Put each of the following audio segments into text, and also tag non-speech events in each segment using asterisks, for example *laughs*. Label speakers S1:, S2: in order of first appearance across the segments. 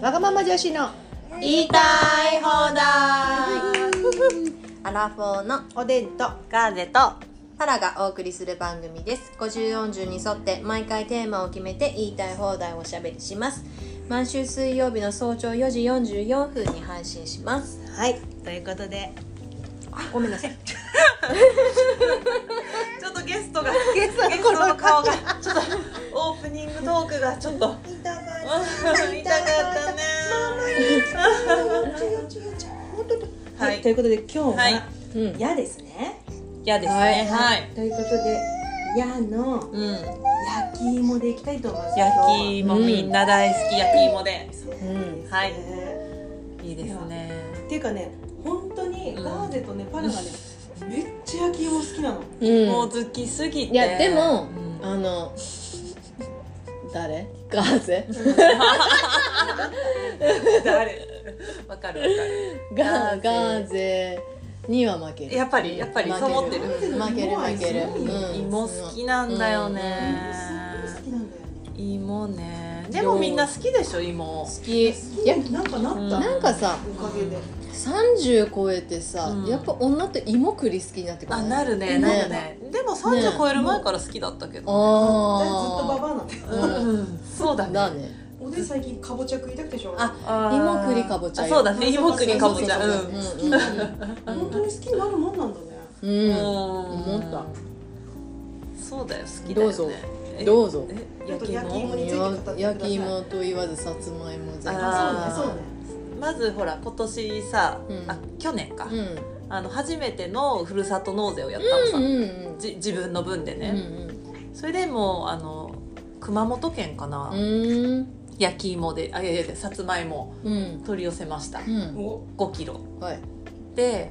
S1: わがまま女子の
S2: 言いたい放題アラフォーの
S1: おでんと
S2: ガーゼとタラがお送りする番組です50、40に沿って毎回テーマを決めて言いたい放題をおしゃべりします毎週水曜日の早朝4時44分に配信します
S1: はい
S3: ということで
S1: ごめんなさい
S3: ちょっとゲストが
S1: ゲスト
S3: ゲ
S1: が
S3: ス
S1: こ
S3: ト
S1: の
S3: の顔
S1: 顔
S3: が
S1: が
S3: ちょっとオープニングトークがちょっと
S1: 痛かっ
S3: うん痛かったね
S1: た
S3: はい
S1: ということで今日
S3: はい
S1: は
S2: うん
S1: 嫌ですね
S3: 嫌ですねはい
S1: ということで嫌の
S3: うん
S1: 焼き芋でいきたいと思います
S3: 焼き芋
S2: うん
S3: みんな大好き焼き芋で
S2: うん
S3: は
S1: はいい
S3: いいですね
S1: っていうかね本当にガーゼとねパラがねめっちゃ焼き芋好きなの
S2: うん
S3: もう好きすぎて
S2: いやでも
S3: うん
S2: あの誰ガーゼ
S3: 誰わかるわかる
S2: ガ
S3: ガー
S2: ー
S3: ゼ
S2: ガーゼには負ける
S3: やっぱりやっぱり
S2: 負け
S3: そう思ってる
S2: 負ける負けるうん
S3: 芋好きなんだよね
S1: すごい好きなんだよね
S3: 芋ねでもみんな好きでしょ芋
S2: 好きいや
S1: なんかなった、
S3: うん
S2: なんかさ
S1: おかげで、
S2: 30超えてさ、
S3: うん
S2: やっぱ女って芋栗好きになってくる
S3: あなる
S2: ね
S3: ねなるねでも30超える前から好きだったけど
S2: あ
S1: だい
S2: ー
S1: ぶずっとババアなんで
S3: うんそうだ
S2: だ
S3: ね
S2: ね
S1: おでん最近かぼちゃ食いたくてしょうがない
S3: あ
S2: ー芋栗かぼちゃ
S3: あそうだね芋栗かぼちゃ
S2: そううそ
S3: ん
S2: うそう
S1: 好きになる本当に好きになるもんなんだね
S2: うん、
S3: 思
S2: 思った
S3: そうだよ好きだ
S2: ど
S3: よ
S2: うぞ
S3: ねえ
S2: どうぞ
S3: え焼き
S1: ちょっと焼き芋
S3: 芋
S1: について語ってください
S2: 焼き芋と言わずさつまいも全
S3: あ
S1: あそうねそうね
S3: まずほら今年さ
S2: うん
S3: あ去年か
S2: うん
S3: あの初めてのふるさと納税をやった
S2: うん
S3: のさ
S2: うんうん
S3: じ自分の分で
S2: う
S3: ね
S2: ん
S3: それでもうあの熊本県かな
S2: うん
S3: 焼き芋であいやいやいやさつまいも
S2: うん
S3: 取り寄せました
S2: うん
S1: お
S3: 5キロ
S2: はい
S3: で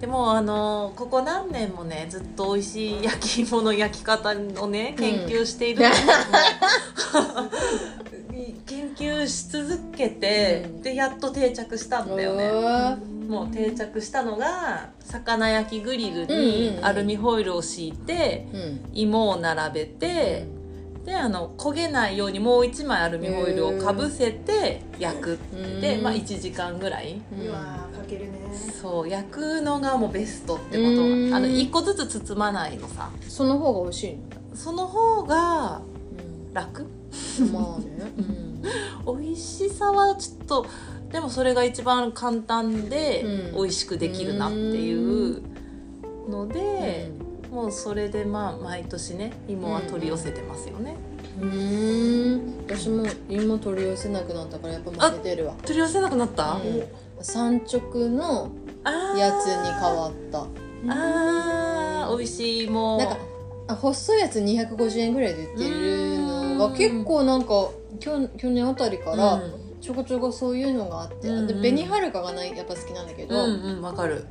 S3: でもあのここ何年もねずっと美味しい焼き芋の焼き方をね研究しているんですけど、 *laughs* 研究し続けて、
S2: うん
S3: でやっと定着したんだよね。もう定着したのが魚焼きグリル
S2: うんうん
S3: に
S2: うん
S3: アルミホイルを敷いて
S2: うん
S3: 芋を並べてであの焦げないようにもう1枚アルミホイルをかぶせて焼くで、まあ、1時間ぐらい
S1: うんうわーかけるね
S3: そう焼くのがもうベストってこと
S2: うーん
S3: あの1個ずつ包まないのさ
S2: その方が美味しいの
S3: その方が楽
S2: うんまあねうん
S3: 美味しさはちょっとでもそれが一番簡単で
S2: うん
S3: 美味しくできるなっていうので、もうそれでまあ毎年ね芋は取り寄せてますよね、
S2: うん私も芋取り寄せなくなったからやっぱ負けてるわ
S3: 取り寄せなくなった、
S2: う
S3: あ
S2: ん産直の
S3: あー
S2: やつに変わった
S3: あー美味しい芋
S2: なんかあ細いやつ250円ぐらいで売ってるのが結構なんか去去年あたりから、
S3: うん
S2: ちょこちょこそういうのがあって、
S3: うん
S2: で紅はるかがないやっぱ好きなんだけ
S3: う
S2: ど、
S3: んうんわかる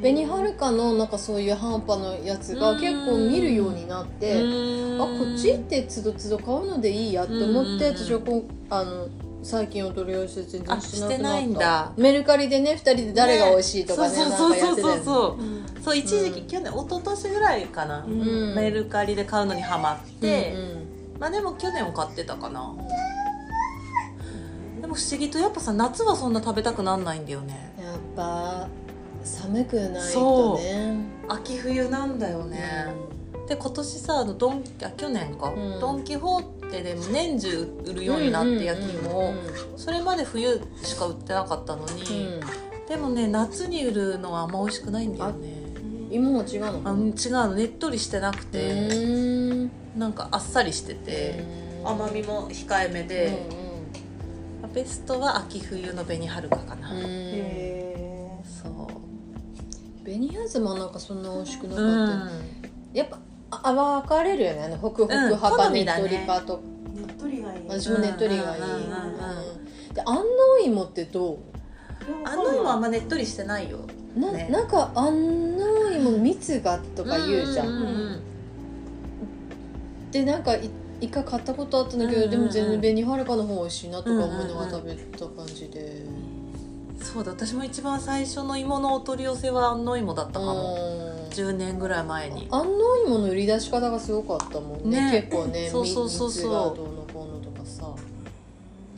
S2: 紅はるかのなんかそういう半端のやつが結構見るようになって、
S3: うん
S2: あこっち行ってつどつど買うのでいいやって思って、
S3: うん
S2: 私はこうあの最近お取り寄せ全然
S3: あ
S2: し
S3: し
S2: なくな
S3: て
S2: った
S3: ないんだ
S2: メルカリでね2人で誰が美味しいとかね
S3: そう
S2: なん
S3: そう
S2: かやっ
S3: そう
S2: てた
S3: そ
S2: よ
S3: う
S2: ね
S3: そう、そう一時期、去年一昨年ぐらいかな、
S1: うん
S2: うん
S3: メルカリで買うのにハマって、
S2: うん
S3: まあでも去年を買ってたかなでも不思議とやっぱさ夏はそんな食べたくなんないんだよね
S2: うんやっぱ寒くないとね
S3: 秋冬なんだよね、で今年さあのドンあ去年か、
S2: うん
S3: ドン・キホーテでも年中売るようになって焼き芋を、
S2: うんうん
S3: それまで冬しか売ってなかったのに、でもね夏に売るのはあんま美味しくないんだよね
S2: うん芋も違うの
S3: あ
S2: か
S3: うん
S2: な
S3: 違うのねっとりしてなくて、
S2: うん
S3: なんかあっさりしてて、甘みも控えめ
S2: うん
S3: で、ベストは秋冬の紅はるかかな、
S2: うんうん
S1: へ
S3: そう
S2: 紅はずもなんかそんな美味しくな
S3: う
S2: かったよ
S3: ん
S2: やっぱあ分かれるよねあのホクホク
S3: うん
S2: 派かね
S3: 好み
S2: っ
S3: だね
S2: とり派とか
S1: ーねっとりがいい
S2: 私もねっとりがいい
S3: うんうんうん
S2: うんで安納芋ってど
S3: あの芋あん
S1: ま
S3: まねっとりしてないよ
S2: うな
S3: ね
S2: なんか安納芋蜜がとか言うじゃ
S3: うんんうんうん
S2: でなんかい一回買ったことあったんだけど、
S3: うんうんうん
S2: でも全然紅はるかの方が美味しいなとか思いながら食べた感じで、
S3: そうだ私も一番最初の芋のお取り寄せはあの芋だったかも、
S2: うん
S3: 10年ぐらい前に
S2: 安納芋の売り出し方がすごかったもんね
S3: ね
S2: 結構ね
S3: そうそうそうそ
S2: 蜜
S3: う
S2: がどうのこうのとかさ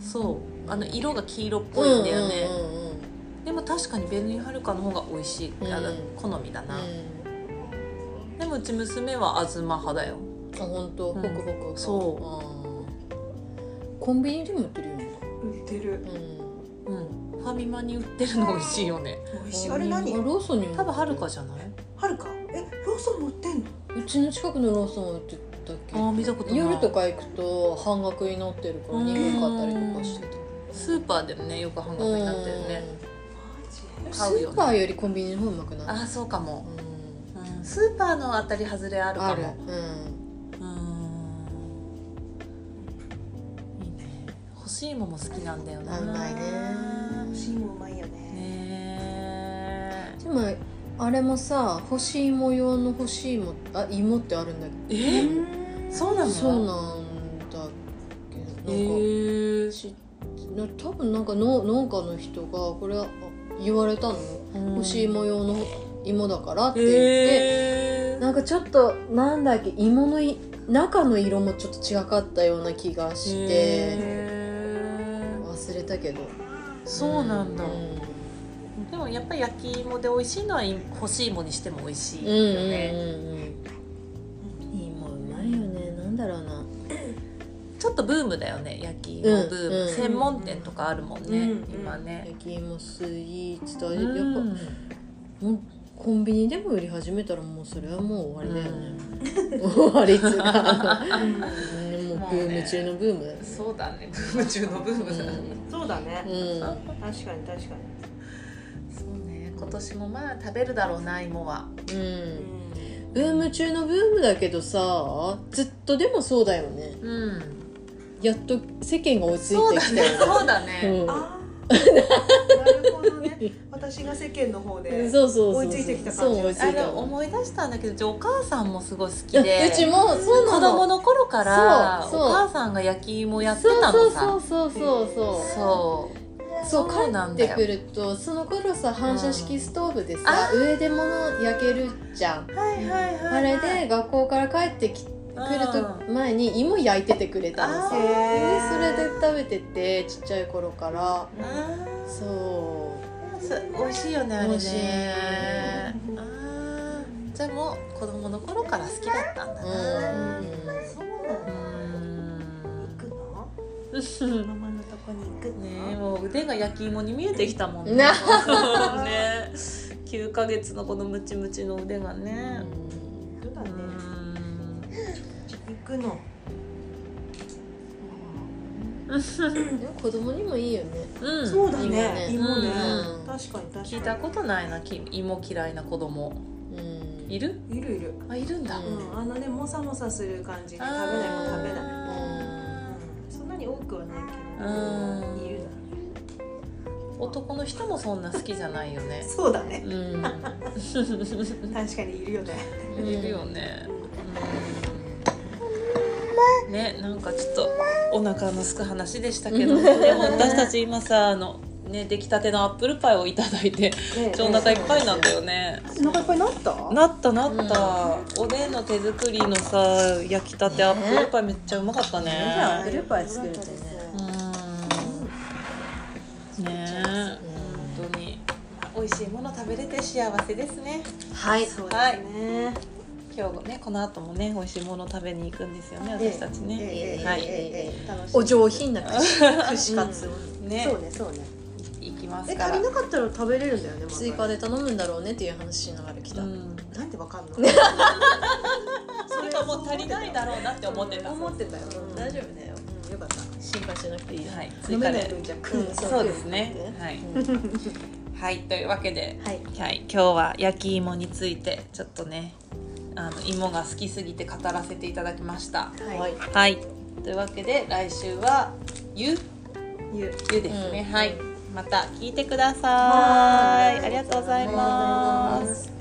S3: そうあの色が黄色っぽいんだよね、
S2: うんうんうんうん
S3: でも確かに紅はるかの方が美味しい、あの
S2: うん
S3: 好みだな、
S2: う
S3: でもうち娘は東派だよ
S2: ん、あ本当、
S3: うん
S2: ホクホク
S3: そ
S2: うんコンビニでも売ってるよね、
S1: 売ってる
S2: うん、
S3: うんファミマに売ってるの美味しいよね
S1: 美味しいあれ何
S2: あローソンにも
S3: 多分はるかじゃない
S1: はるかえローソンも売ってんの
S2: うちの近くのローソンは売ってたっけ
S3: ああ見たことない
S2: 夜とか行くと半額になってるから
S3: うん
S2: 2円買ったりとかしてた
S3: スーパーでもねよく半額になってるね
S1: マ
S2: ス
S3: 買うよ
S2: ー
S3: ね
S2: パーよりコンビニの方うまくない
S3: ああそうかも、
S2: うん
S3: うん、スーパーの当たり外れある
S2: あ
S3: か
S2: る
S3: も
S2: うん
S3: うんいいね欲しいもも好きなんだよな
S2: うまいね
S1: ジシーもうまいよね
S3: ね
S2: でもあれもさ干し芋用の干し芋あ芋ってあるんだけ
S3: ええそうな
S2: ど
S3: の
S2: そうなんだけどなんか、
S3: えー
S2: しな多分なんかの農家の人がこれはあ言われたの、
S3: うん
S2: 干し芋用の芋だからって言って、
S3: えー
S2: なんかちょっとなんだっけ芋のい中の色もちょっと違かったような気がして、
S3: えー
S2: 忘れたけど
S3: そうなんだ、
S2: うん
S3: でもやっぱり焼き芋で美味しいのは干し芋にしても美味しい
S2: うんうん
S3: よね、
S2: うんうん芋うまいよねなんだろうな
S3: ちょっとブームだよね焼き芋ブーム、
S2: うん
S3: 専門店とかあるもんね、
S1: うん
S3: 今ね、
S2: 焼き芋スイーツと
S3: う
S2: やっぱ、
S3: ん
S2: もうコンビニでも売り始めたらもうそれはもう終わりだよね、 *laughs* 終わりっつうかうんもうブーム中のブームだよね
S3: そうだねブーム中のブームだ、
S2: うん
S1: そうだね
S2: うん
S1: 確かに確かに
S3: そうね今年もまあ食べるだろうな芋は
S2: うんブーム中のブームだけどさずっとでもそうだよね
S3: うん
S2: やっと世間が追いつ
S3: そう
S2: いて
S3: だ
S2: き
S3: ね
S2: たよね
S3: そうだね、
S2: うん
S1: あーなるほどね私が世間の方で
S2: そうそうそうそう
S1: 追いついてきた感
S2: そ
S1: じ
S2: う追いつ
S3: あ
S2: い
S3: れ
S2: たわ
S3: 思い出したんだけどうちお母さんもすごい好き
S2: い
S3: で
S2: やうちもそうな
S3: 子
S2: の
S3: 供の頃から
S2: そうそう
S3: お母さんが焼き芋やって
S2: そう
S3: たのさ
S2: そうそうそうそう
S3: そう
S2: そう
S3: そう
S2: 帰
S3: なん
S2: っ
S3: だ
S2: て
S3: よ
S2: くるとその頃さ反射式ストーブでさ、
S3: あ
S2: 上で物焼けるじゃん
S3: はいはいはい、
S2: あれで学校から帰ってき来ると前に芋焼いててくれたの
S3: あ
S2: さ
S3: ー
S2: でそれで食べててちっちゃい頃から
S3: うんあ
S2: そう
S3: ーそう美味しいよねあれ
S2: 美
S3: ね
S2: 味しい
S3: あーじゃあもう子供の頃から好きだったんだ
S2: う
S3: なうん
S2: ん、
S1: そうなの行くのママのとこに行くの
S3: ねえもう腕が焼き芋に見えてきたもんね
S2: な
S3: *laughs* ね9ヶ月のこのムチムチの腕がね
S1: そうだ
S3: う
S1: ね
S3: ん
S1: 行くの
S2: うんでも子供にもいいよね
S3: うん
S1: そうだね
S2: 芋
S1: 芋ね
S2: うん
S1: 確かに確かに
S3: 聞いたことないなき芋嫌いな子供
S2: うん
S3: いる
S1: いるいる
S3: あいるんだ、
S2: うん
S1: うんあのねもさもさする感じで食べないも食べないうんそんなに多くはないけ
S3: うん
S1: どいるだ
S3: 男の人もそんな好きじゃないよね
S1: そうだね
S2: うん
S1: 確かにいるよね
S3: いるよねうんねなんかちょっとお腹のすく話でしたけどでも私たち今さあのね出来たてのアップルパイをいただいてちょお腹いっぱいなんだよね
S1: お腹いっぱいになった
S3: なったなった、おでんの手作りのさ焼きたてアップルパイめっちゃうまかったね
S2: アップルパイ作るとね
S3: うんねえ本当に美味しいもの食べれて幸せですね
S2: はい
S1: そうですね
S3: 今日ねこの後もね美味しいもの食べに行くんですよね
S1: ええ
S3: 私たちね、
S1: ええ
S3: はい
S1: ええ楽しみ
S2: お上品な串串カツを
S3: *laughs* ね
S1: そうねそうね
S3: 行きます
S1: え
S3: か
S1: 足
S3: ら
S1: りなかったら食べれるんだよねまだね
S2: 追加で頼むんだろうねっていう話しながら来た、
S3: うん
S1: なんでわ *laughs* かんのそ
S3: なんかもう足りないだろうなって思ってた
S1: 思ってたようん
S2: 大丈夫だよ
S1: うんよかった
S2: 心配しなくていいよ
S3: はい
S1: 飲
S3: 追
S1: め
S3: 加
S1: ない
S3: で
S1: 分じゃ食
S2: うん
S3: そうですねはいはいというわけではい、今日は焼き芋についてちょっとねあの芋が好きすぎて語らせていただきました
S1: はい
S2: はい
S3: はいというわけで来週はゆ
S1: ゆ
S3: ゆですね、
S2: うん
S3: はいまた聞いてください
S1: はい
S3: ありがとうございます
S1: す